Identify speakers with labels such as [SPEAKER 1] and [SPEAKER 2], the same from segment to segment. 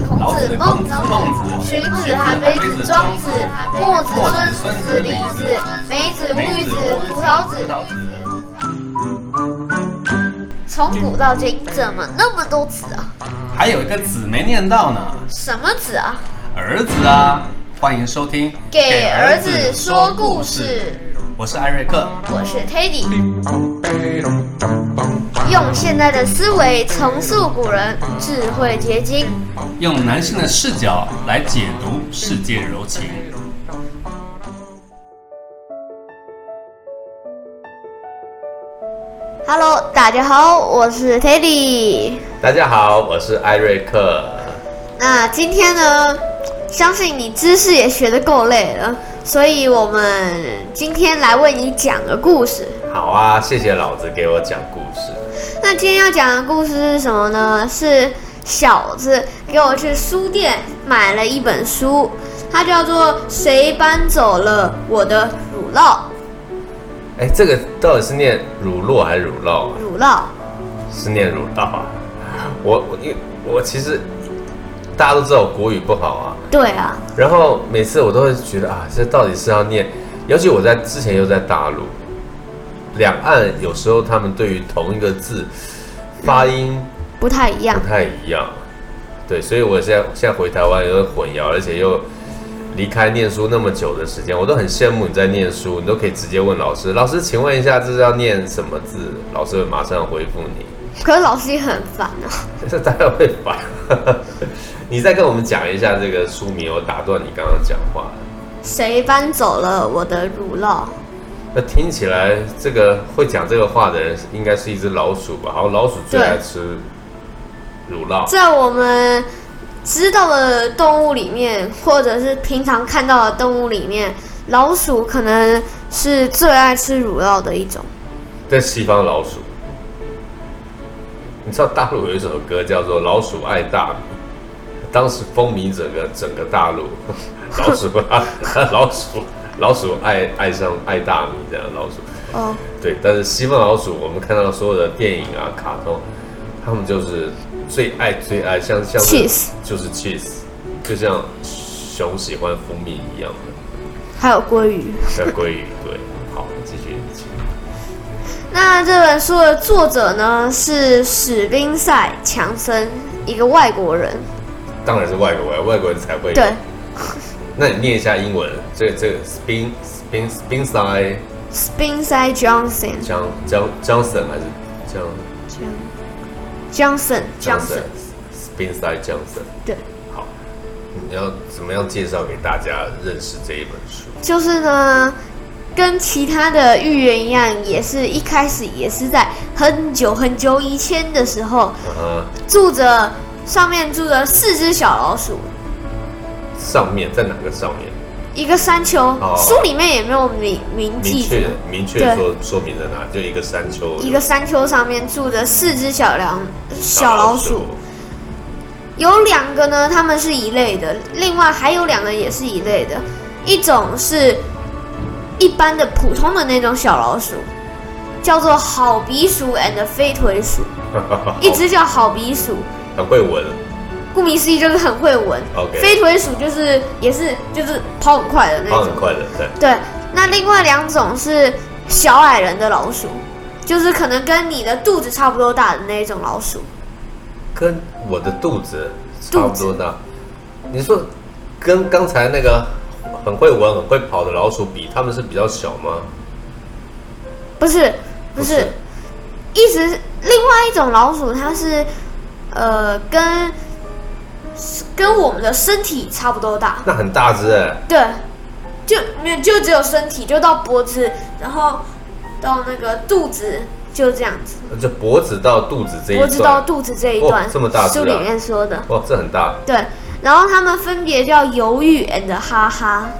[SPEAKER 1] 孟子、荀子、韩非子、庄子、墨子、孙子、李子、梅子、木子、葡萄子。从古到今，怎么那么多子啊？
[SPEAKER 2] 还有一个子没念到呢，
[SPEAKER 1] 什么子啊？
[SPEAKER 2] 儿子啊！欢迎收听《
[SPEAKER 1] 给儿子说故事》，
[SPEAKER 2] 我是艾瑞克。
[SPEAKER 1] 我是 Teddy。用现代的思维重塑古人智慧结晶。
[SPEAKER 2] 用男性的视角来解读世界柔情。
[SPEAKER 1] Hello，大家好，我是 Teddy。
[SPEAKER 3] 大家好，我是艾瑞克。
[SPEAKER 1] 那今天呢，相信你知识也学得够累了，所以我们今天来为你讲个故事。
[SPEAKER 3] 好啊，谢谢老子给我讲故事。
[SPEAKER 1] 那今天要讲的故事是什么呢？是小子给我去书店买了一本书，它叫做《谁搬走了我的乳酪》。
[SPEAKER 3] 哎，这个到底是念乳酪还是乳酪啊？
[SPEAKER 1] 乳酪，
[SPEAKER 3] 是念乳酪啊。我我因为我其实大家都知道我国语不好啊，
[SPEAKER 1] 对啊，
[SPEAKER 3] 然后每次我都会觉得啊，这到底是要念？尤其我在之前又在大陆，两岸有时候他们对于同一个字发音
[SPEAKER 1] 不太一样
[SPEAKER 3] 不。太一样，对，所以我现在现在回台湾有点混淆，而且又离开念书那么久的时间，我都很羡慕你在念书，你都可以直接问老师，老师，请问一下这是要念什么字？老师会马上回复你，
[SPEAKER 1] 可是老师也很烦啊。
[SPEAKER 3] 这当然会烦。 你再跟我们讲一下这个书名，我打断你刚刚讲话，
[SPEAKER 1] 谁搬走了我的乳酪？
[SPEAKER 3] 那听起来这个会讲这个话的人应该是一只老鼠吧？好像老鼠最爱吃乳酪。
[SPEAKER 1] 在我们知道的动物里面，或者是平常看到的动物里面，老鼠可能是最爱吃乳酪的一种。
[SPEAKER 3] 在西方老鼠。你知道大陆有一首歌叫做《老鼠爱大米》，当时风靡整个整个大陆。老鼠 啊，老鼠，老鼠爱爱上爱大米这样老鼠。
[SPEAKER 1] 哦，
[SPEAKER 3] 对，但是西方老鼠，我们看到所有的电影啊、卡通，他们就是最爱最爱，像像是
[SPEAKER 1] Cheese
[SPEAKER 3] 就是 cheese，就像熊喜欢蜂蜜一样的，
[SPEAKER 1] 还有鲑鱼。
[SPEAKER 3] 像鲑鱼。 对，好，继续。继续
[SPEAKER 1] 那这本书的作者呢是史宾塞强森，一个外国人。
[SPEAKER 3] 当然是外国人，外国人才会有
[SPEAKER 1] 对
[SPEAKER 3] 那你念一下英文，这这个 spin spin spin side
[SPEAKER 1] 史宾塞 Johnson
[SPEAKER 3] John John Johnson 还是 John
[SPEAKER 1] Johnson Johnson，
[SPEAKER 3] spin side Johnson
[SPEAKER 1] 对，
[SPEAKER 3] 好，你要怎么样介绍给大家认识这一本书？
[SPEAKER 1] 就是呢，跟其他的预言一样，也是一开始也是在很久很久以前的时候，
[SPEAKER 3] 啊，
[SPEAKER 1] 住着上面住着四只小老鼠，
[SPEAKER 3] 上面在哪个上面？
[SPEAKER 1] 一个山丘。
[SPEAKER 3] 哦
[SPEAKER 1] 书里面也没有明明
[SPEAKER 3] 明
[SPEAKER 1] 记
[SPEAKER 3] 确
[SPEAKER 1] 住。
[SPEAKER 3] 明确
[SPEAKER 1] 对
[SPEAKER 3] 说说明在哪？就一个山丘，
[SPEAKER 1] 一个山丘上面住着四只小狼小老鼠，有两个呢，它们是一类的，另外还有两个也是一类的，一种是一般的普通的那种小老鼠，叫做好鼻鼠 and 飞腿鼠，
[SPEAKER 3] 哦
[SPEAKER 1] 一只叫好鼻鼠，
[SPEAKER 3] 很会闻，
[SPEAKER 1] 顾名思义就是很会闻
[SPEAKER 3] OK
[SPEAKER 1] 飞腿鼠就是也是就是跑很快的那
[SPEAKER 3] 跑
[SPEAKER 1] 种
[SPEAKER 3] 很，快的，对，
[SPEAKER 1] 对，那另外两种是小矮人的老鼠，就是可能跟你的肚子差不多大的那一种老鼠，
[SPEAKER 3] 跟我的肚子差不多大。你说跟刚才那个很会闻、很会跑的老鼠比，它们是比较小吗？
[SPEAKER 1] 不是，不是，意思是另外一种老鼠，它是呃跟跟我们的身体差不多大，
[SPEAKER 3] 那很大只哎、
[SPEAKER 1] 对，就没有就只有身体，就到脖子，然后到那个肚子，就这样子，
[SPEAKER 3] 就脖子到肚子这一
[SPEAKER 1] 脖
[SPEAKER 3] 段，
[SPEAKER 1] 子到肚子这一段，
[SPEAKER 3] 哦这么大只啊
[SPEAKER 1] 书里面说的，
[SPEAKER 3] 哇，这很大
[SPEAKER 1] 对。然后它们分别叫犹豫 and 哈哈，
[SPEAKER 3] 啊，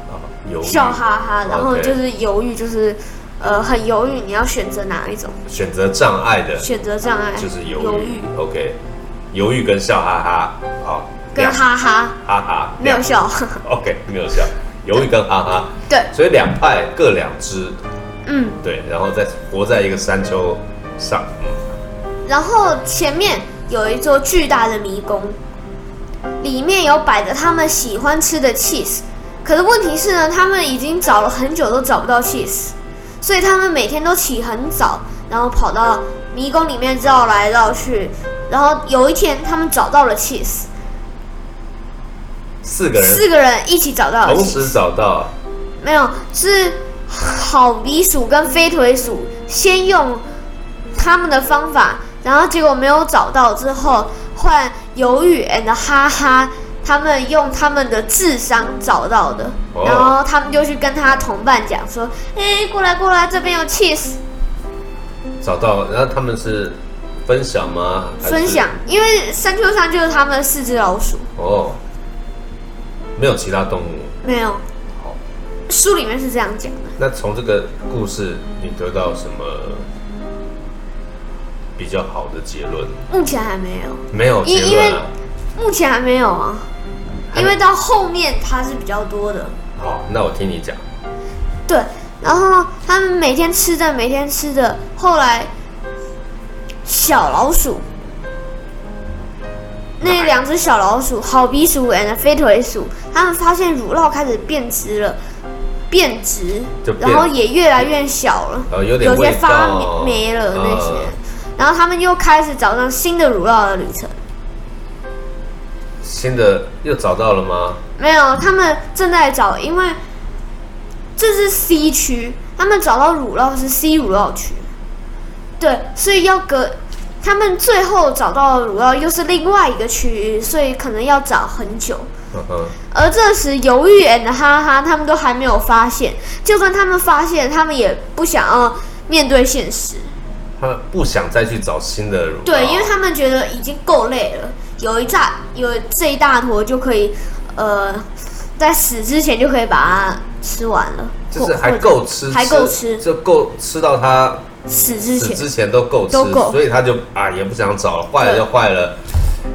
[SPEAKER 3] 犹豫
[SPEAKER 1] 笑哈哈，然后
[SPEAKER 3] OK
[SPEAKER 1] 就是犹豫，就是呃很犹豫，你要选择哪一种，
[SPEAKER 3] 选择障碍的，
[SPEAKER 1] 选择障碍
[SPEAKER 3] 就是犹豫 OK，犹豫跟笑哈哈，好，
[SPEAKER 1] 跟
[SPEAKER 3] 两
[SPEAKER 1] 哈哈
[SPEAKER 3] 哈哈
[SPEAKER 1] 没有
[SPEAKER 3] 两
[SPEAKER 1] 笑，
[SPEAKER 3] ，OK，没有笑，犹豫跟哈哈，
[SPEAKER 1] 对，
[SPEAKER 3] 所以两派各两只，
[SPEAKER 1] 嗯，
[SPEAKER 3] 对，然后再活在一个山丘上，嗯
[SPEAKER 1] 然后前面有一座巨大的迷宫，里面有摆着他们喜欢吃的 cheese，可是问题是呢，他们已经找了很久都找不到 cheese，所以他们每天都起很早，然后跑到迷宫里面绕来绕去，然后有一天他们找到了 cheese，
[SPEAKER 3] 四个人
[SPEAKER 1] 四个人一起找到了
[SPEAKER 3] 同
[SPEAKER 1] cheese，
[SPEAKER 3] 时找到，
[SPEAKER 1] 没有是好鼻鼠跟飞腿鼠先用他们的方法，然后结果没有找到之后，换鱿鱼 and 哈哈，他们用他们的智商找到的，
[SPEAKER 3] 哦
[SPEAKER 1] 然后他们就去跟他同伴讲说，哎，过来过来，这边有 cheese
[SPEAKER 3] 找到，然后他们是分享吗？还是
[SPEAKER 1] 分享，因为山丘上就是他们四只老鼠，
[SPEAKER 3] 哦，没有其他动物。
[SPEAKER 1] 没有
[SPEAKER 3] 好，
[SPEAKER 1] 书里面是这样讲的，
[SPEAKER 3] 那从这个故事，你得到什么比较好的结论？
[SPEAKER 1] 目前还没有，
[SPEAKER 3] 没有
[SPEAKER 1] 因
[SPEAKER 3] 结论啊。
[SPEAKER 1] 目前还没有啊，
[SPEAKER 3] 还
[SPEAKER 1] 因
[SPEAKER 3] 没
[SPEAKER 1] 为到后面它是比较多的。
[SPEAKER 3] 好，哦那我听你讲。
[SPEAKER 1] 对，然后他们每天吃的，每天吃的，后来小老鼠，那两只小老鼠，好鼻鼠 and 飞腿鼠，他们发现乳酪开始变直了。变直
[SPEAKER 3] 就，变
[SPEAKER 1] 然后也越来越小了，
[SPEAKER 3] 呃有点
[SPEAKER 1] 些
[SPEAKER 3] 味
[SPEAKER 1] 发
[SPEAKER 3] 道
[SPEAKER 1] 霉了那些，
[SPEAKER 3] 呃
[SPEAKER 1] 然后他们又开始找上新的乳酪的旅程。
[SPEAKER 3] 新的又找到了吗？
[SPEAKER 1] 没有，他们正在找，因为这是 C 区，他们找到乳酪是 C 乳酪区，对，所以要隔，他们最后找到的乳酪又是另外一个区域，所以可能要找很久。
[SPEAKER 3] 嗯哼，
[SPEAKER 1] 而这时，犹豫 and 哈哈他们都还没有发现，就算他们发现，他们也不想要面对现实，
[SPEAKER 3] 他不想再去找新的乳酪。
[SPEAKER 1] 对，因为他们觉得已经够累了，有一大有这一大坨就可以，呃，在死之前就可以把它吃完了，
[SPEAKER 3] 就是
[SPEAKER 1] 或
[SPEAKER 3] 还够吃，
[SPEAKER 1] 还够吃
[SPEAKER 3] 就够吃到他
[SPEAKER 1] 或者死之
[SPEAKER 3] 死
[SPEAKER 1] 前。
[SPEAKER 3] 之前都够吃
[SPEAKER 1] 都，够
[SPEAKER 3] 所以他就啊也不想找了，坏了就坏了，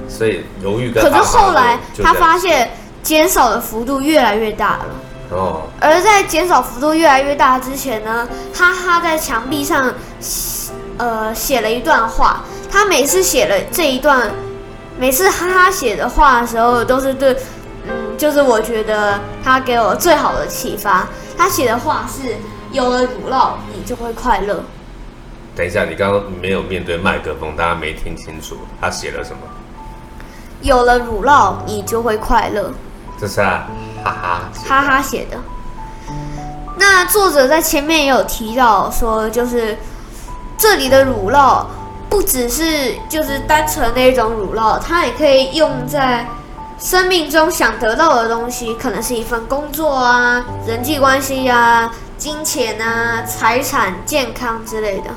[SPEAKER 3] 所以犹豫跟
[SPEAKER 1] 可是
[SPEAKER 3] 哈哈
[SPEAKER 1] 后来
[SPEAKER 3] 就
[SPEAKER 1] 他
[SPEAKER 3] 这样
[SPEAKER 1] 发现减少的幅度越来越大了，
[SPEAKER 3] 哦，
[SPEAKER 1] 而在减少幅度越来越大之前呢，哈哈在墙壁上写呃写了一段话，他每次写了这一段，每次哈哈写的话的时候都是对。嗯，就是我觉得他给我最好的启发。他写的话是：有了乳酪，你就会快乐。
[SPEAKER 3] 等一下，你刚刚没有面对麦克风，大家没听清楚他写了什么？
[SPEAKER 1] 有了乳酪，你就会快乐。
[SPEAKER 3] 这是啊，哈哈，
[SPEAKER 1] 哈哈写的。那作者在前面也有提到说，就是这里的乳酪不只是就是单纯的一种乳酪，它也可以用在生命中想得到的东西，可能是一份工作啊、人际关系啊、金钱啊、财产、健康之类的。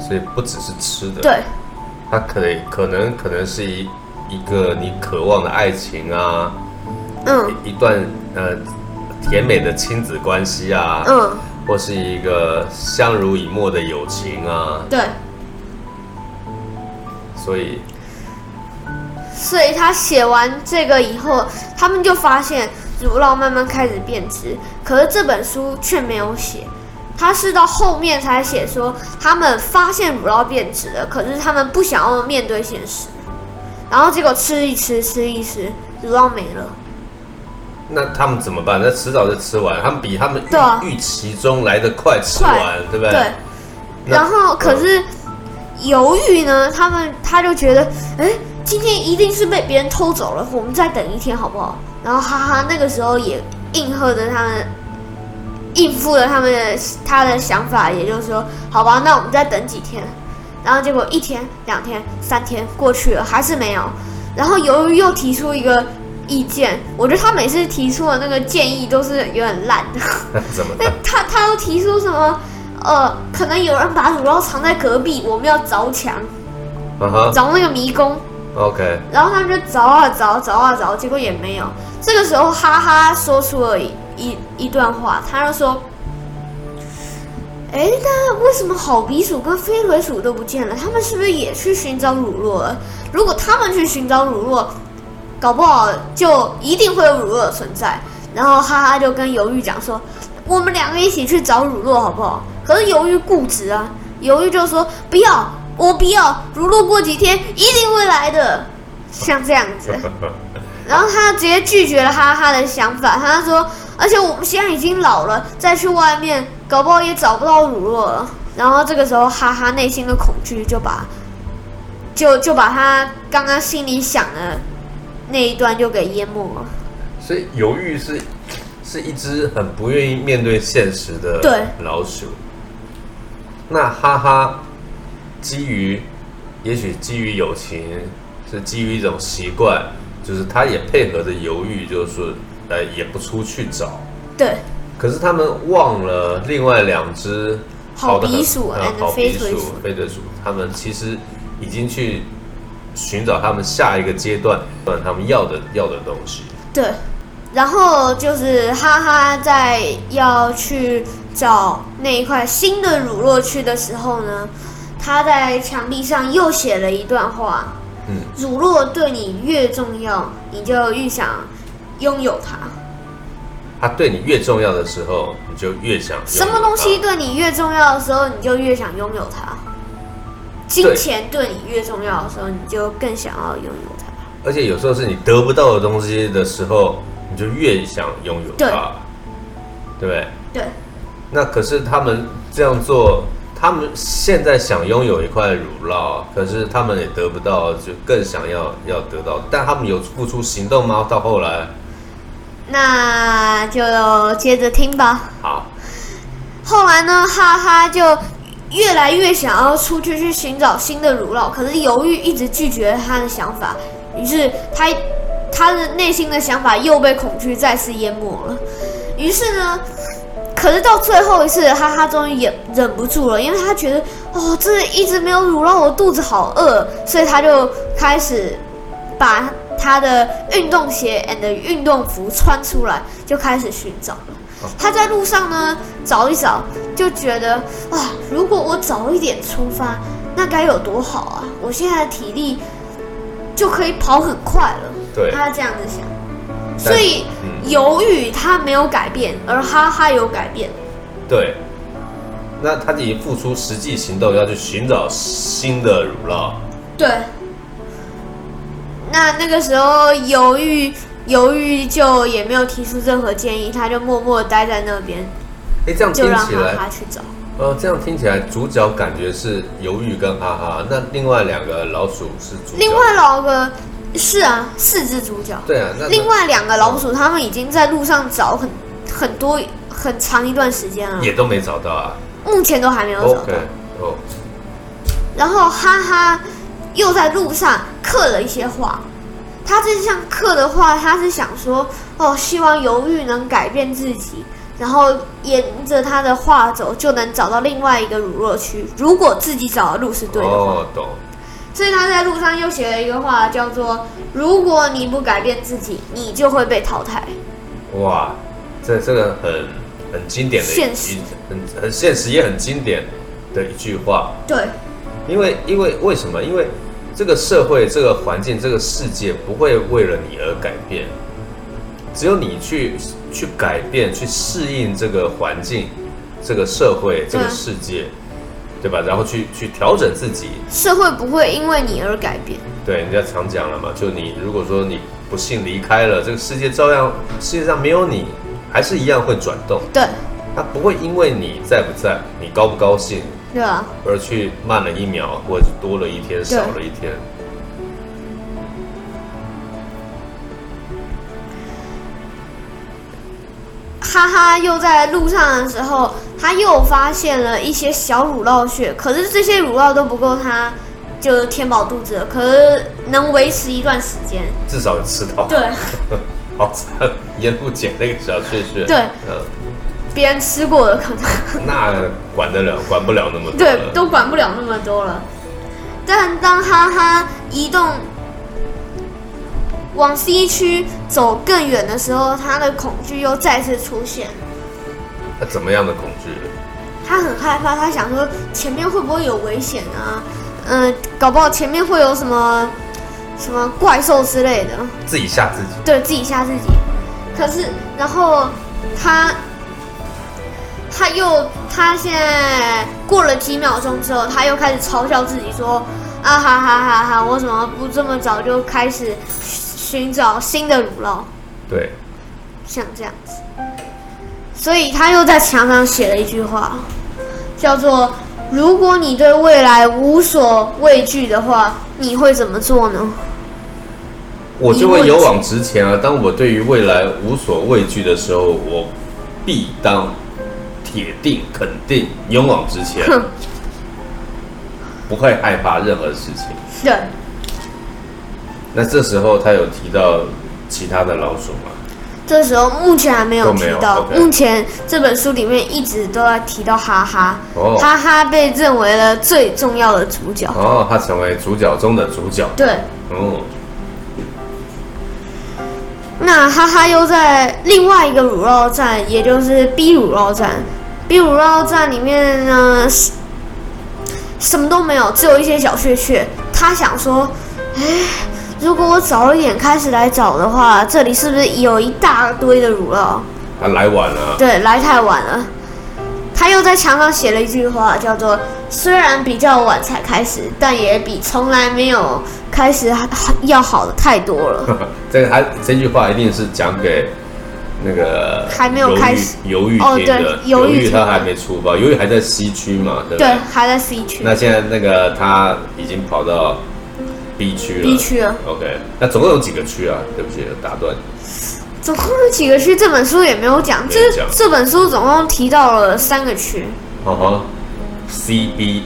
[SPEAKER 3] 所以不只是吃的，，
[SPEAKER 1] 对，
[SPEAKER 3] 它可能可能可能是一一个你渴望的爱情啊，
[SPEAKER 1] 嗯
[SPEAKER 3] 一一段呃甜美的亲子关系啊，
[SPEAKER 1] 嗯，
[SPEAKER 3] 或是一个相濡以沫的友情啊，
[SPEAKER 1] 对，
[SPEAKER 3] 所以
[SPEAKER 1] 所以他写完这个以后，他们就发现乳酪慢慢开始变质，可是这本书却没有写。他是到后面才写说，他们发现乳酪变质了，可是他们不想要面对现实，然后结果吃一吃吃一吃，乳酪没了。
[SPEAKER 3] 那他们怎么办？那迟早就吃完，他们比他们预、
[SPEAKER 1] 对啊
[SPEAKER 3] 预期中来的快吃
[SPEAKER 1] 快
[SPEAKER 3] 完，对不对？
[SPEAKER 1] 对，
[SPEAKER 3] 那
[SPEAKER 1] 然后可 是犹豫呢，他们他就觉得，哎，今天一定是被别人偷走了，我们再等一天好不好？然后哈哈，那个时候也应和着他们，应付了他们的他的想法，也就是说，好吧，那我们再等几天。然后结果一天、两天、三天过去了，还是没有。然后由于又提出一个意见，我觉得他每次提出的那个建议都是有点烂的。
[SPEAKER 3] 怎么
[SPEAKER 1] 那
[SPEAKER 3] 办？
[SPEAKER 1] 他他又提出什么？呃，可能有人把乳酪藏在隔壁，我们要凿墙，
[SPEAKER 3] 啊哈
[SPEAKER 1] 凿那个迷宫。
[SPEAKER 3] ，OK，
[SPEAKER 1] 然后他们就凿啊凿，凿啊凿，结果也没有。这个时候，哈哈说出了一一一段话，他就说：“哎，那为什么好鼻鼠跟飞腿鼠都不见了？他们是不是也去寻找乳酪了？如果他们去寻找乳酪，搞不好就一定会有乳酪的存在。”然后哈哈就跟犹豫讲说：“我们两个一起去找乳酪好不好？”可是犹豫固执啊，犹豫就说：“不要，
[SPEAKER 3] 嗯
[SPEAKER 1] 我不要，乳酪过几天一定会来的。”像这样子，然后他直接拒绝了哈哈的想法，他说，而且我们现在已经老了，再去外面搞不好也找不到乳酪了。然后这个时候，哈哈内心的恐惧就把，就就把他刚刚心里想的那一段就给淹没了。
[SPEAKER 3] 所以犹豫是是一只很不愿意面对现实的
[SPEAKER 1] 对
[SPEAKER 3] 老鼠。那哈哈，基于也许基于友情，是基于一种习惯，就是他也配合着犹豫，就是呃也不出去找。
[SPEAKER 1] 对，
[SPEAKER 3] 可是他们忘了另外两只
[SPEAKER 1] 好哎
[SPEAKER 3] 得很
[SPEAKER 1] 鼻鼠
[SPEAKER 3] 呃
[SPEAKER 1] and
[SPEAKER 3] 好
[SPEAKER 1] 飞
[SPEAKER 3] 鼻
[SPEAKER 1] 腿
[SPEAKER 3] 鼠
[SPEAKER 1] 鼠、
[SPEAKER 3] 飞腿鼠，他们其实已经去寻找他们下一个阶段，他们要的要的东西。
[SPEAKER 1] 对，然后就是哈哈在要去找那一块新的乳酪区的时候呢，他在墙壁上又写了一段话：
[SPEAKER 3] 嗯，
[SPEAKER 1] 乳酪对你越重要，你就越想拥有它。
[SPEAKER 3] 他对你越重要的时候，你就越想拥有它
[SPEAKER 1] 什么东西对啊你越重要的时候，你就越想拥有它。金
[SPEAKER 3] 对
[SPEAKER 1] 钱对你越重要的时候，你就更想要拥有它。
[SPEAKER 3] 而且有时候是你得不到的东西的时候，你就越想拥有它，对不对？
[SPEAKER 1] 对，
[SPEAKER 3] 那可是他们这样做，他们现在想拥有一块乳酪，可是他们也得不到，就更想要要得到。但他们有付出行动吗？到后来，
[SPEAKER 1] 那就接着听吧。
[SPEAKER 3] 好，
[SPEAKER 1] 后来呢，哈哈就越来越想要出去去寻找新的乳酪，可是犹豫一直拒绝他的想法，于是他他的内心的想法又被恐惧再次淹没了。于是呢，可是到最后一次，哈哈终于也忍不住了，因为他觉得哦，这一直没有乳酪，我肚子好饿，所以他就开始把他的运动鞋 and 运动服穿出来，就开始寻找了。他在路上呢找一找，就觉得哇，如果我早一点出发，那该有多好啊！我现在的体力就可以跑很快了。
[SPEAKER 3] 对
[SPEAKER 1] 他这样子想。
[SPEAKER 3] 但
[SPEAKER 1] 所以
[SPEAKER 3] 嗯
[SPEAKER 1] 由于他没有改变，而哈哈有改变。
[SPEAKER 3] 对，那他已经付出实际行动，要去寻找新的乳酪。
[SPEAKER 1] 对。那那个时候犹豫，犹豫就也没有提出任何建议，他就默默地待在那边，
[SPEAKER 3] 哎，这样听
[SPEAKER 1] 就让
[SPEAKER 3] 起
[SPEAKER 1] 哈
[SPEAKER 3] 来，
[SPEAKER 1] 哈去找。
[SPEAKER 3] 呃，这样听起来主角感觉是犹豫跟哈哈，那另外两个老鼠是主角。
[SPEAKER 1] 另外老个是啊，四只主角。
[SPEAKER 3] 对啊，那
[SPEAKER 1] 另外两个老鼠，他们已经在路上找很很多很长一段时间了，
[SPEAKER 3] 也都没找到啊。
[SPEAKER 1] 目前都还没有找到。
[SPEAKER 3] OK，哦，
[SPEAKER 1] 然后哈哈又在路上刻了一些话。他这项刻的话，他是想说，哦，希望犹豫能改变自己，然后沿着他的话走，就能找到另外一个乳酪区。如果自己找的路是对的话，
[SPEAKER 3] 哦，懂。
[SPEAKER 1] 所以他在路上又写了一个话，叫做“如果你不改变自己，你就会被淘汰
[SPEAKER 3] 哇，这这个很很经典的一
[SPEAKER 1] 现实
[SPEAKER 3] 一很很现实也很经典的一句话。”。
[SPEAKER 1] 对，
[SPEAKER 3] 因为因为为什么？因为这个社会、这个环境、这个世界不会为了你而改变，只有你去去改变、去适应这个环境、这个社会、这个世界，对吧？然后去去调整自己。
[SPEAKER 1] 社会不会因为你而改变。
[SPEAKER 3] 对，人家常讲了嘛，就你如果说你不幸离开了，这个世界照样世界上没有你，还是一样会转动。
[SPEAKER 1] 对，
[SPEAKER 3] 它不会因为你在不在，你高不高兴，
[SPEAKER 1] 对啊，
[SPEAKER 3] 而去慢了一秒，或者是多了一天、少了一天。
[SPEAKER 1] 哈哈，又在路上的时候，他又发现了一些小乳酪屑，可是这些乳酪都不够他就填饱肚子了，可是能维持一段时间。
[SPEAKER 3] 至少有吃到。
[SPEAKER 1] 对，
[SPEAKER 3] 好惨，沿路捡那个小屑屑。
[SPEAKER 1] 对
[SPEAKER 3] 嗯，
[SPEAKER 1] 别人吃过的可能。
[SPEAKER 3] 那管得了，管不了那么多呃
[SPEAKER 1] 对
[SPEAKER 3] 了。，
[SPEAKER 1] 都管不了那么多了。但当哈哈移动往西区走更远的时候，他的恐惧又再次出现。
[SPEAKER 3] 那怎么样的恐惧？
[SPEAKER 1] 他很害怕，他想说前面会不会有危险啊？嗯、搞不好前面会有什么什么怪兽之类的，
[SPEAKER 3] 自己吓自己。
[SPEAKER 1] 对自己吓自己。可是，然后他他又他现在过了几秒钟之后，他又开始嘲笑自己说：“啊哈哈哈哈！我怎么不这么早就开始寻寻找新的乳酪，
[SPEAKER 3] 对，
[SPEAKER 1] 像这样子。所以他又在墙上写了一句话，叫做“如果你对未来无所畏惧的话，你会怎么做呢
[SPEAKER 3] 我就会勇往直前啊！当我对于未来无所畏惧的时候，我必当铁定、肯定勇往直前
[SPEAKER 1] 哼，
[SPEAKER 3] 不会害怕任何事情。？”
[SPEAKER 1] 对，
[SPEAKER 3] 那这时候他有提到其他的老鼠吗？
[SPEAKER 1] 这时候目前还没有
[SPEAKER 3] 都没
[SPEAKER 1] 提
[SPEAKER 3] 有
[SPEAKER 1] 到，
[SPEAKER 3] OK
[SPEAKER 1] 目前这本书里面一直都在提到哈哈，
[SPEAKER 3] 哦
[SPEAKER 1] 哈哈被认为了最重要的主角。
[SPEAKER 3] 哦，他成为主角中的主角。
[SPEAKER 1] 对，
[SPEAKER 3] 嗯，
[SPEAKER 1] 那哈哈又在另外一个乳酪站，也就是 B 乳酪站。B 乳酪站里面呢，是什么都没有，只有一些小雀雀。他想说，哎，如果我早一点开始来找的话，这里是不是有一大堆的乳酪？
[SPEAKER 3] 他来晚了。
[SPEAKER 1] 对，来太晚了。他又在墙上写了一句话，叫做“虽然比较晚才开始，但也比从来没有开始还要好的太多了。”
[SPEAKER 3] 这个他这句话一定是讲给那个
[SPEAKER 1] 还没有开始
[SPEAKER 3] 犹豫
[SPEAKER 1] 哦
[SPEAKER 3] 听的，
[SPEAKER 1] 对
[SPEAKER 3] 犹
[SPEAKER 1] 犹豫
[SPEAKER 3] 豫他
[SPEAKER 1] 听
[SPEAKER 3] 还没出吧？犹豫还在西区嘛，对不
[SPEAKER 1] 对，还在 C 区
[SPEAKER 3] 那现在那个他已经跑到 B 区了。
[SPEAKER 1] B 区啊了。
[SPEAKER 3] OK，那总共有几个区啊？对不起，打断你。
[SPEAKER 1] 总共有几个区？这本书也没有讲。
[SPEAKER 3] 没
[SPEAKER 1] 这
[SPEAKER 3] 有讲
[SPEAKER 1] 这本书总共提到了三个区，
[SPEAKER 3] 哦吼，C B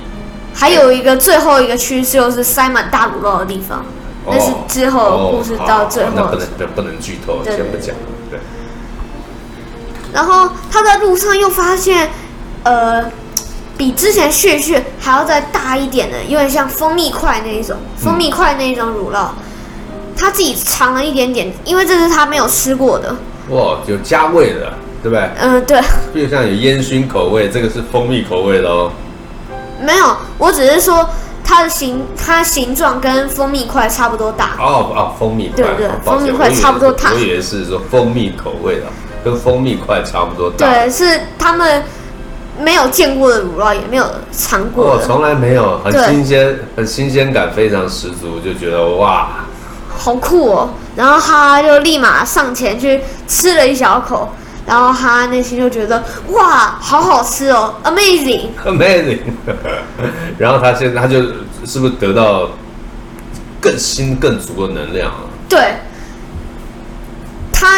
[SPEAKER 1] 还有一个最后一个区就是塞满大乳酪的地方，
[SPEAKER 3] 哦。
[SPEAKER 1] 那是之后故事
[SPEAKER 3] 哦好
[SPEAKER 1] 到最
[SPEAKER 3] 那
[SPEAKER 1] 后
[SPEAKER 3] 不。能不能不能剧透，
[SPEAKER 1] 对
[SPEAKER 3] 先
[SPEAKER 1] 对
[SPEAKER 3] 不讲。对，
[SPEAKER 1] 然后他在路上又发现，呃，比之前血血还要再大一点的，有点像蜂蜜块那一种，
[SPEAKER 3] 嗯
[SPEAKER 1] 蜂蜜块那一种乳酪。他自己尝了一点点，因为这是他没有吃过的。
[SPEAKER 3] 哇，有加味的，对不对？
[SPEAKER 1] 嗯、对，
[SPEAKER 3] 比如像有烟熏口味，这个是蜂蜜口味的哦。
[SPEAKER 1] 没有，我只是说它的形，它的形状跟蜂蜜块差不多大。
[SPEAKER 3] 哦哦，蜂蜜块，
[SPEAKER 1] 对对
[SPEAKER 3] 哦抱歉
[SPEAKER 1] 蜂蜜块
[SPEAKER 3] 我以为
[SPEAKER 1] 差不多大
[SPEAKER 3] 我以为是说蜂蜜口味的，跟蜂蜜块差不多大。
[SPEAKER 1] 对，是他们没有见过的乳酪，也没有尝过
[SPEAKER 3] 我
[SPEAKER 1] 的，
[SPEAKER 3] 哦从来没有，很
[SPEAKER 1] 对
[SPEAKER 3] 新鲜，很新鲜感非常十足，就觉得哇，
[SPEAKER 1] 好酷哦！然后他就立马上前去吃了一小口，然后他内心就觉得哇，好好吃哦，amazing！
[SPEAKER 3] amazing。然后他现在他就是不是得到更新更足的能量啊？
[SPEAKER 1] 对，他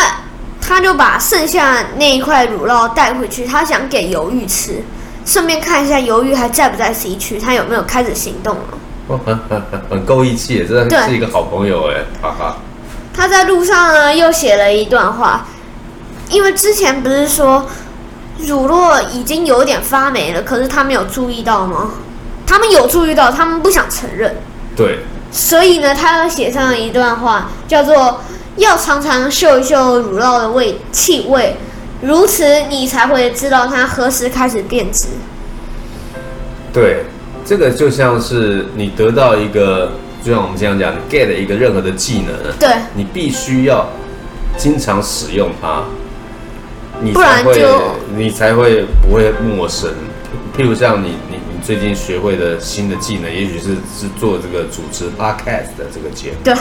[SPEAKER 1] 他就把剩下那一块乳酪带回去，他想给鱿鱼吃，顺便看一下鱿鱼还在不在 C 区，他有没有开始行动了。
[SPEAKER 3] 哇很很很很够义气，真
[SPEAKER 1] 对
[SPEAKER 3] 的是一个好朋友哎，哈哈。
[SPEAKER 1] 他在路上呢又写了一段话，因为之前不是说乳酪已经有点发霉了，可是他没有注意到吗？他们有注意到，他们不想承认，
[SPEAKER 3] 对，
[SPEAKER 1] 所以呢，他又写上了一段话，叫做“要常常嗅一嗅乳酪的味气味，如此你才会知道它何时开始变质。
[SPEAKER 3] 对，这个就像是你得到一个，就像我们这样讲，你 get 一个任何的技能，啊
[SPEAKER 1] 对
[SPEAKER 3] 你必须要经常使用它，你
[SPEAKER 1] 不然
[SPEAKER 3] 才会
[SPEAKER 1] 就
[SPEAKER 3] 你才会不会陌生。譬如像你你你最近学会的新的技能，也许是是做这个主持 podcast 的这个节目”，
[SPEAKER 1] 对，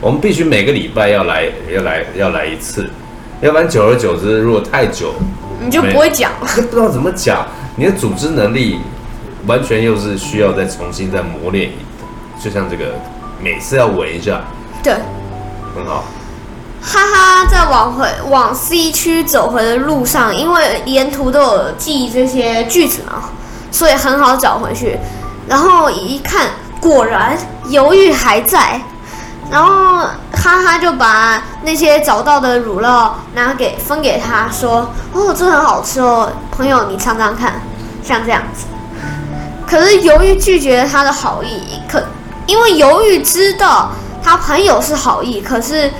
[SPEAKER 3] 我们必须每个礼拜要来要来要来一次，要不然久而久之，如果太久，
[SPEAKER 1] 你就不会讲了。
[SPEAKER 3] 不知道怎么讲，你的组织能力完全又是需要再重新再磨练一的，就像这个每次要闻一下，
[SPEAKER 1] 对，
[SPEAKER 3] 很好。
[SPEAKER 1] 哈哈，在往回往 C 区走回的路上，因为沿途都有记这些句子嘛，所以很好找回去。然后一看，果然犹豫还在。然后哈哈就把那些找到的乳酪拿给分给他，说：“哦，这很好吃哦，朋友你尝尝看。”像这样子。可是由于拒绝了他的好意，可因为由于知道他朋友是好意，可是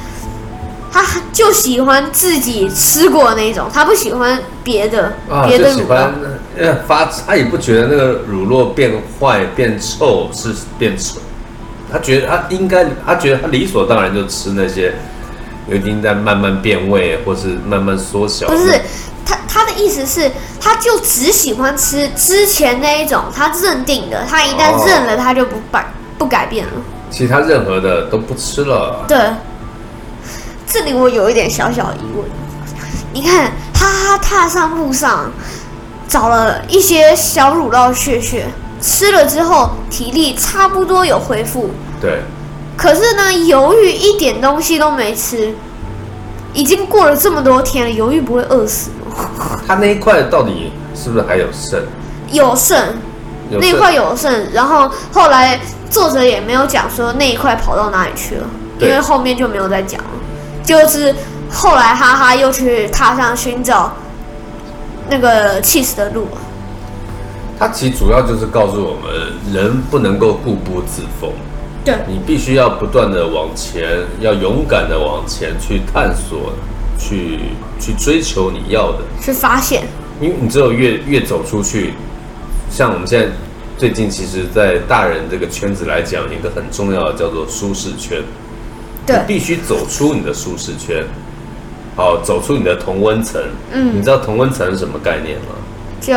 [SPEAKER 1] 他就喜欢自己吃过的那种，他不喜欢别的、
[SPEAKER 3] 啊，
[SPEAKER 1] 别
[SPEAKER 3] 就
[SPEAKER 1] 的
[SPEAKER 3] 喜
[SPEAKER 1] 乳
[SPEAKER 3] 欢
[SPEAKER 1] 酪。
[SPEAKER 3] 呃发，他也不觉得那个乳酪变坏、变臭是变臭，他觉得他应该，他觉得他理所当然就吃那些已经在慢慢变味或是慢慢缩小。
[SPEAKER 1] 不是，他他的意思是，他就只喜欢吃之前那一种，他认定的，他一旦
[SPEAKER 3] 哦
[SPEAKER 1] 认了，他就不改不改变了。
[SPEAKER 3] 其他任何的都不吃了。
[SPEAKER 1] 对，这里我有一点小小疑问。你看，哈哈，踏上路上，找了一些小乳酪屑屑，吃了之后体力差不多有恢复，
[SPEAKER 3] 对，
[SPEAKER 1] 可是呢，鱿鱼一点东西都没吃，已经过了这么多天了，鱿鱼不会饿死吗？
[SPEAKER 3] 它啊那一块到底是不是还有剩？
[SPEAKER 1] 有剩，
[SPEAKER 3] 有
[SPEAKER 1] 那
[SPEAKER 3] 剩
[SPEAKER 1] 块有剩，然后后来作者也没有讲说那一块跑到哪里去了，因
[SPEAKER 3] 对
[SPEAKER 1] 为后面就没有再讲了。就是后来哈哈又去踏上寻找那个 cheese 的路，
[SPEAKER 3] 它其实主要就是告诉我们，人不能够固步自封，
[SPEAKER 1] 对
[SPEAKER 3] 你必须要不断的往前，要勇敢的往前去探索，去去追求你要的。
[SPEAKER 1] 去发现，
[SPEAKER 3] 因为你只有越越走出去，像我们现在最近，其实，在大人这个圈子来讲，有一个很重要的叫做舒适圈，
[SPEAKER 1] 对
[SPEAKER 3] 你必须走出你的舒适圈，好，走出你的同温层。
[SPEAKER 1] 嗯
[SPEAKER 3] 你知道同温层是什么概念吗？
[SPEAKER 1] 就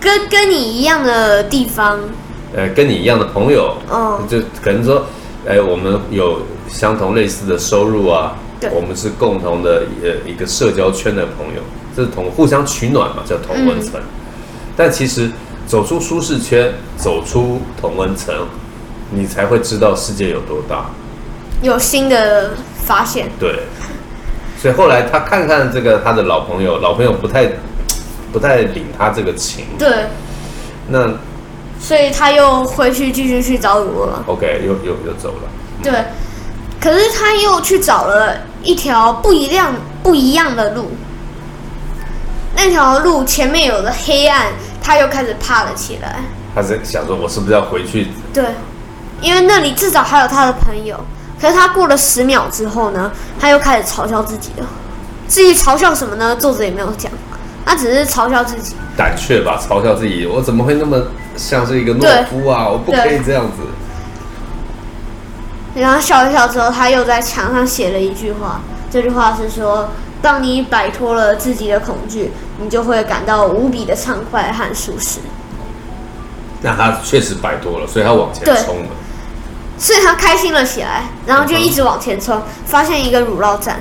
[SPEAKER 1] 跟跟你一样的地方，
[SPEAKER 3] 呃，跟你一样的朋友，
[SPEAKER 1] 嗯
[SPEAKER 3] 就可能说，哎、我们有相同类似的收入啊，
[SPEAKER 1] 对
[SPEAKER 3] 我们是共同的呃一个社交圈的朋友，这是同互相取暖嘛，叫同温
[SPEAKER 1] 嗯
[SPEAKER 3] 层。但其实走出舒适圈，走出同温层，你才会知道世界有多大。
[SPEAKER 1] 有新的发现，
[SPEAKER 3] 对，所以后来他看看这个他的老朋友，老朋友不太不太领他这个情，
[SPEAKER 1] 对，
[SPEAKER 3] 那
[SPEAKER 1] 所以他又回去继续去找乳酪了。
[SPEAKER 3] OK 又又又走了。
[SPEAKER 1] 对，可是他又去找了一条不一样不一样的路，那条路前面有了黑暗，他又开始怕了起来。
[SPEAKER 3] 他是想说，我是不是要回去
[SPEAKER 1] 对，因为那里至少还有他的朋友。可是他过了十秒之后呢，他又开始嘲笑自己了。至于嘲笑什么呢？作者也没有讲，他只是嘲笑自己。
[SPEAKER 3] 胆怯吧，嘲笑自己，我怎么会那么像是一个懦夫啊？我不可以这样子。
[SPEAKER 1] 然后笑一笑之后，他又在墙上写了一句话，这句话是说：当你摆脱了自己的恐惧，你就会感到无比的畅快和舒适。
[SPEAKER 3] 那他确实摆脱了，所以他往前冲了。
[SPEAKER 1] 所以他开心了起来，然后就一直往前冲，发现一个乳酪站，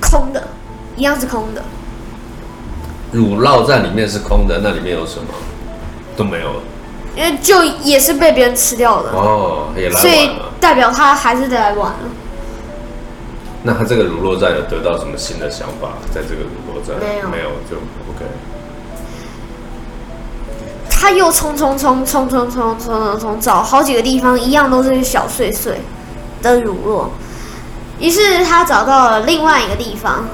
[SPEAKER 1] 空的，一样是空的，
[SPEAKER 3] 乳酪站里面是空的，那里面有什么？都没有了。
[SPEAKER 1] 因为就也是被别人吃掉了，
[SPEAKER 3] 哦，也来
[SPEAKER 1] 嗯所以
[SPEAKER 3] 晚了。
[SPEAKER 1] 代表他还是得来晚了。
[SPEAKER 3] 那他这个乳酪站有得到什么新的想法？在这个乳酪站
[SPEAKER 1] 没有
[SPEAKER 3] 没有就 OK。
[SPEAKER 1] 他又冲冲冲冲冲冲冲冲冲，找好几个地方，一样都是小碎碎的乳酪。于是他找到了另外一个地方，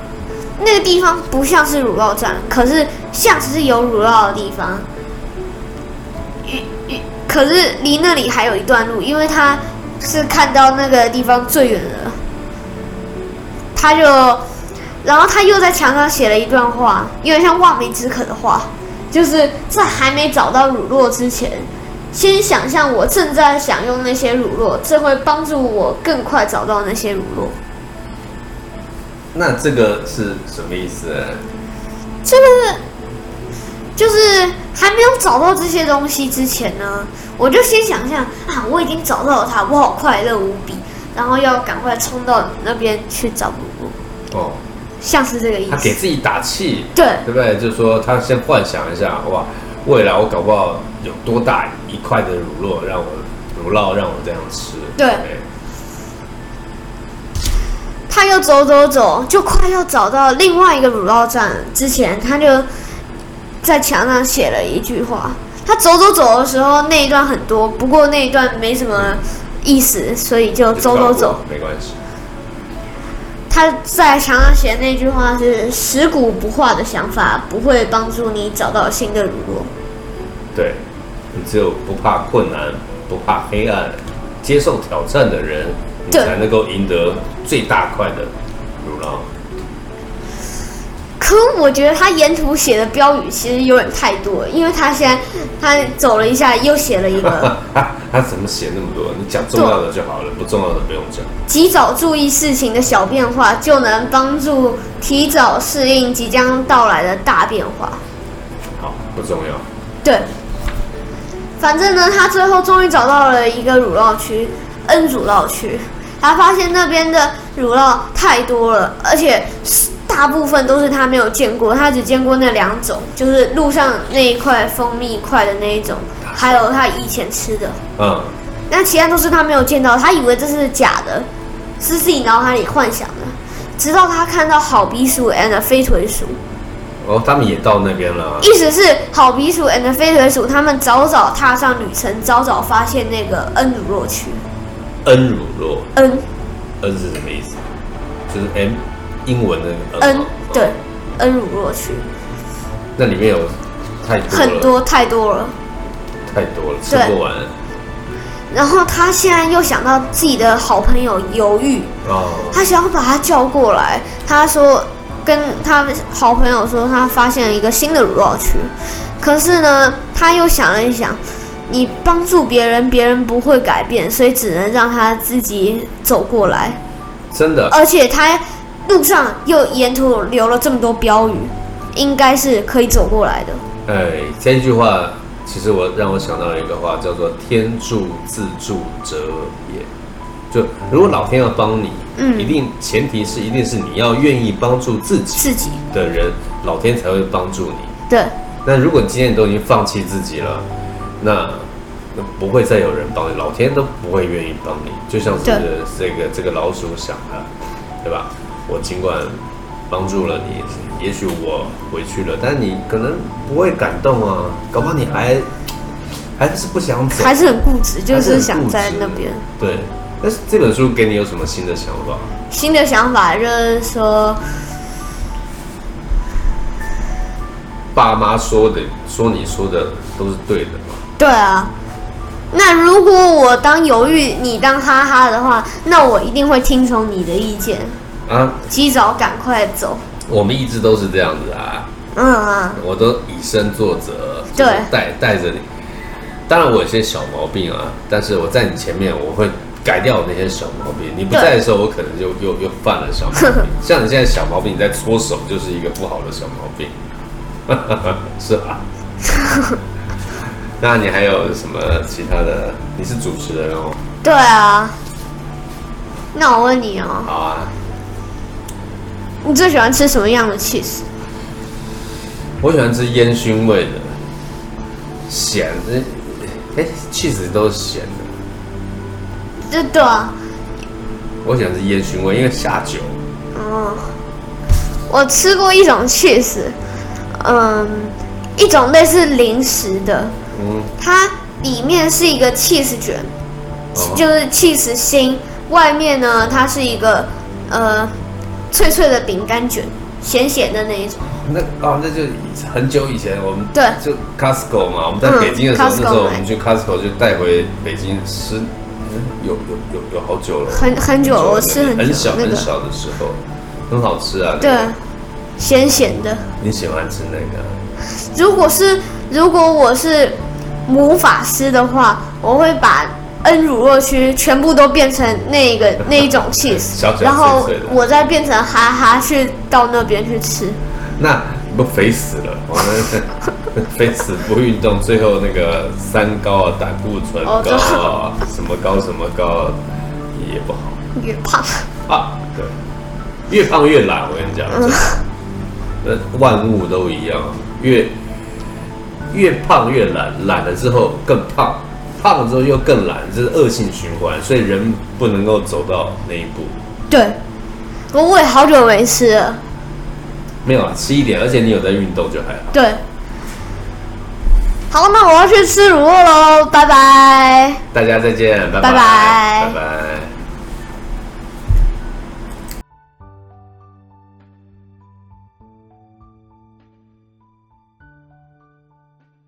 [SPEAKER 1] 那个地方不像是乳酪站，可是像是有乳酪的地方。与与，可是离那里还有一段路，因为他是看到那个地方最远的，他就，然后他又在墙上写了一段话，有点像望梅止渴的话，就是在还没找到乳酪之前。先想象我正在享用那些乳酪，这会帮助我更快找到那些乳酪。
[SPEAKER 3] 那这个是什么意思呢？
[SPEAKER 1] 这个就是还没有找到这些东西之前呢，我就先想象啊，我已经找到了它，我好快乐无比，然后要赶快冲到那边去找乳酪，
[SPEAKER 3] 哦，
[SPEAKER 1] 像是这个意
[SPEAKER 3] 他给
[SPEAKER 1] 思。
[SPEAKER 3] 自己打气，
[SPEAKER 1] 对
[SPEAKER 3] 对不对？就是说他先幻想一下，哇，未来我搞不好有多大一块的乳酪让我乳酪让我这样吃。
[SPEAKER 1] 对
[SPEAKER 3] 哎
[SPEAKER 1] 他又走走走，就快要找到另外一个乳酪站之前，他就在墙上写了一句话。他走走走的时候，那一段很多，不过那一段没什么意思，所以就
[SPEAKER 3] 就
[SPEAKER 1] 走走
[SPEAKER 3] 跳过
[SPEAKER 1] 走。
[SPEAKER 3] 没关系。
[SPEAKER 1] 他在墙上写的那句话是“食古不化的想法不会帮助你找到新的乳酪
[SPEAKER 3] 对，你只有不怕困难、不怕黑暗、接受挑战的人，你
[SPEAKER 1] 对
[SPEAKER 3] 才能够赢得最大块的乳酪。”。
[SPEAKER 1] 可我觉得他沿途写的标语其实有点太多了，因为他现在他走了一下，又写了一个
[SPEAKER 3] 他怎么写那么多？你讲重要的就好了，不重要的不用讲。
[SPEAKER 1] “及早注意事情的小变化，就能帮助提早适应即将到来的大变化”。
[SPEAKER 3] 好，不重要。
[SPEAKER 1] 对，反正呢，他最后终于找到了一个乳酪区，恩乳酪区。他发现那边的乳酪太多了，而且是大部分都是他没有见过，他只见过那两种，就是路上那一块蜂蜜块的那一种，还有他以前吃的。
[SPEAKER 3] 嗯，
[SPEAKER 1] 那其他都是他没有见到，他以为这是假的，是自己脑海里幻想的。直到他看到好鼻鼠 and 飞腿鼠，
[SPEAKER 3] 哦，他们也到那边了，啊
[SPEAKER 1] 意思是好鼻鼠 and 飞腿鼠他们早早踏上旅程，早早发现那个恩乳洛区。
[SPEAKER 3] 恩乳酪
[SPEAKER 1] 恩
[SPEAKER 3] 恩是什么意思？就是 M 英文的那个
[SPEAKER 1] 恩
[SPEAKER 3] 吗，
[SPEAKER 1] 对，恩乳洛区
[SPEAKER 3] 那里面有太多了，
[SPEAKER 1] 很多太多了。
[SPEAKER 3] 太多了，吃
[SPEAKER 1] 对
[SPEAKER 3] 不完
[SPEAKER 1] 然后他现在又想到自己的好朋友犹豫，
[SPEAKER 3] 哦。
[SPEAKER 1] 他想要把他叫过来，他说跟他好朋友说他发现了一个新的乳酪区，可是呢，他又想了一想，你帮助别人，别人不会改变，所以只能让他自己走过来。
[SPEAKER 3] 真的，
[SPEAKER 1] 而且他路上又沿途留了这么多标语，应该是可以走过来的。
[SPEAKER 3] 哎，这一句话其实我让我想到了一个话，叫做“天助自助者也”。就如果老天要帮你，
[SPEAKER 1] 嗯
[SPEAKER 3] 一定前提是一定是你要愿意帮助自己
[SPEAKER 1] 自己
[SPEAKER 3] 的人，老天才会帮助你。
[SPEAKER 1] 对
[SPEAKER 3] 那如果你今天都已经放弃自己了，那那不会再有人帮你，老天都不会愿意帮你。就像是
[SPEAKER 1] 对
[SPEAKER 3] 这个这个老鼠想的，对吧？我尽管帮助了你，也许我回去了，但你可能不会感动啊，搞不好你还还是不想走，
[SPEAKER 1] 还是很固执，就
[SPEAKER 3] 还
[SPEAKER 1] 是
[SPEAKER 3] 很
[SPEAKER 1] 想
[SPEAKER 3] 固
[SPEAKER 1] 在
[SPEAKER 3] 执
[SPEAKER 1] 那边。
[SPEAKER 3] 对。但是这本书给你有什么新的想法？
[SPEAKER 1] 新的想法就是说，
[SPEAKER 3] 爸妈说的，说你说的都是对的嘛？
[SPEAKER 1] 对啊，那如果我当犹豫，你当哈哈的话，那我一定会听从你的意见，
[SPEAKER 3] 啊，
[SPEAKER 1] 及早赶快走。
[SPEAKER 3] 我们一直都是这样子啊。
[SPEAKER 1] 嗯啊，
[SPEAKER 3] 我都以身作则，就
[SPEAKER 1] 对
[SPEAKER 3] 是带带着你。当然我有些小毛病啊，但是我在你前面我会改掉我那些小毛病。你不
[SPEAKER 1] 对
[SPEAKER 3] 在的时候，我可能就又又犯了小毛病。像你现在小毛病，你在搓手就是一个不好的小毛病， 是吧？那你还有什么其他的？你是主持人哦，
[SPEAKER 1] 对啊。那我问你哦，
[SPEAKER 3] 好啊。
[SPEAKER 1] 你最喜欢吃什么样的 cheese？
[SPEAKER 3] 我喜欢吃烟熏味的，咸的，哎、气质都是咸的。
[SPEAKER 1] 就对啊，
[SPEAKER 3] 我喜欢吃烟熏味，因为下酒。
[SPEAKER 1] 嗯，我吃过一种 cheese，嗯，一种类似零食的，
[SPEAKER 3] 嗯，
[SPEAKER 1] 它里面是一个 cheese 卷，
[SPEAKER 3] 哦
[SPEAKER 1] 就是 cheese 心，外面呢它是一个呃脆脆的饼干卷，咸咸的那一种。
[SPEAKER 3] 那哦，那就很久以前我们
[SPEAKER 1] 对
[SPEAKER 3] 就 Costco 嘛，我们在北京的时候，
[SPEAKER 1] 嗯
[SPEAKER 3] 那时候
[SPEAKER 1] Costco
[SPEAKER 3] 我们去 Costco 就带回北京吃，嗯有有有有好久了，
[SPEAKER 1] 很很久了我吃很久
[SPEAKER 3] 很小
[SPEAKER 1] 那个
[SPEAKER 3] 很小的时候，很好吃啊。
[SPEAKER 1] 对
[SPEAKER 3] 那个，
[SPEAKER 1] 咸咸的。
[SPEAKER 3] 你喜欢吃那个啊？
[SPEAKER 1] 如果是如果我是魔法师的话，我会把恩乳酪区全部都变成那 个那一种 cheese，
[SPEAKER 3] 小小
[SPEAKER 1] 然后
[SPEAKER 3] 脆脆的
[SPEAKER 1] 我再变成哈哈去到那边去吃。
[SPEAKER 3] 那你不肥死了，我们 肥死不运动，最后那个三高啊，胆固醇
[SPEAKER 1] 哦
[SPEAKER 3] 高啊，什么高什么高也不好。
[SPEAKER 1] 越胖，
[SPEAKER 3] 啊，对，越胖越懒，我跟你讲，真的 呃，万物都一样，越越胖越懒，懒了之后更胖，胖了之后又更懒，这是恶性循环，所以人不能够走到那一步。
[SPEAKER 1] 对，不过我也好久没吃了。
[SPEAKER 3] 没有啊，吃一点，而且你有在运动就还好。
[SPEAKER 1] 对。好，那我要去吃乳酪喽，拜拜。
[SPEAKER 3] 大家再见，拜
[SPEAKER 1] 拜拜
[SPEAKER 3] 拜拜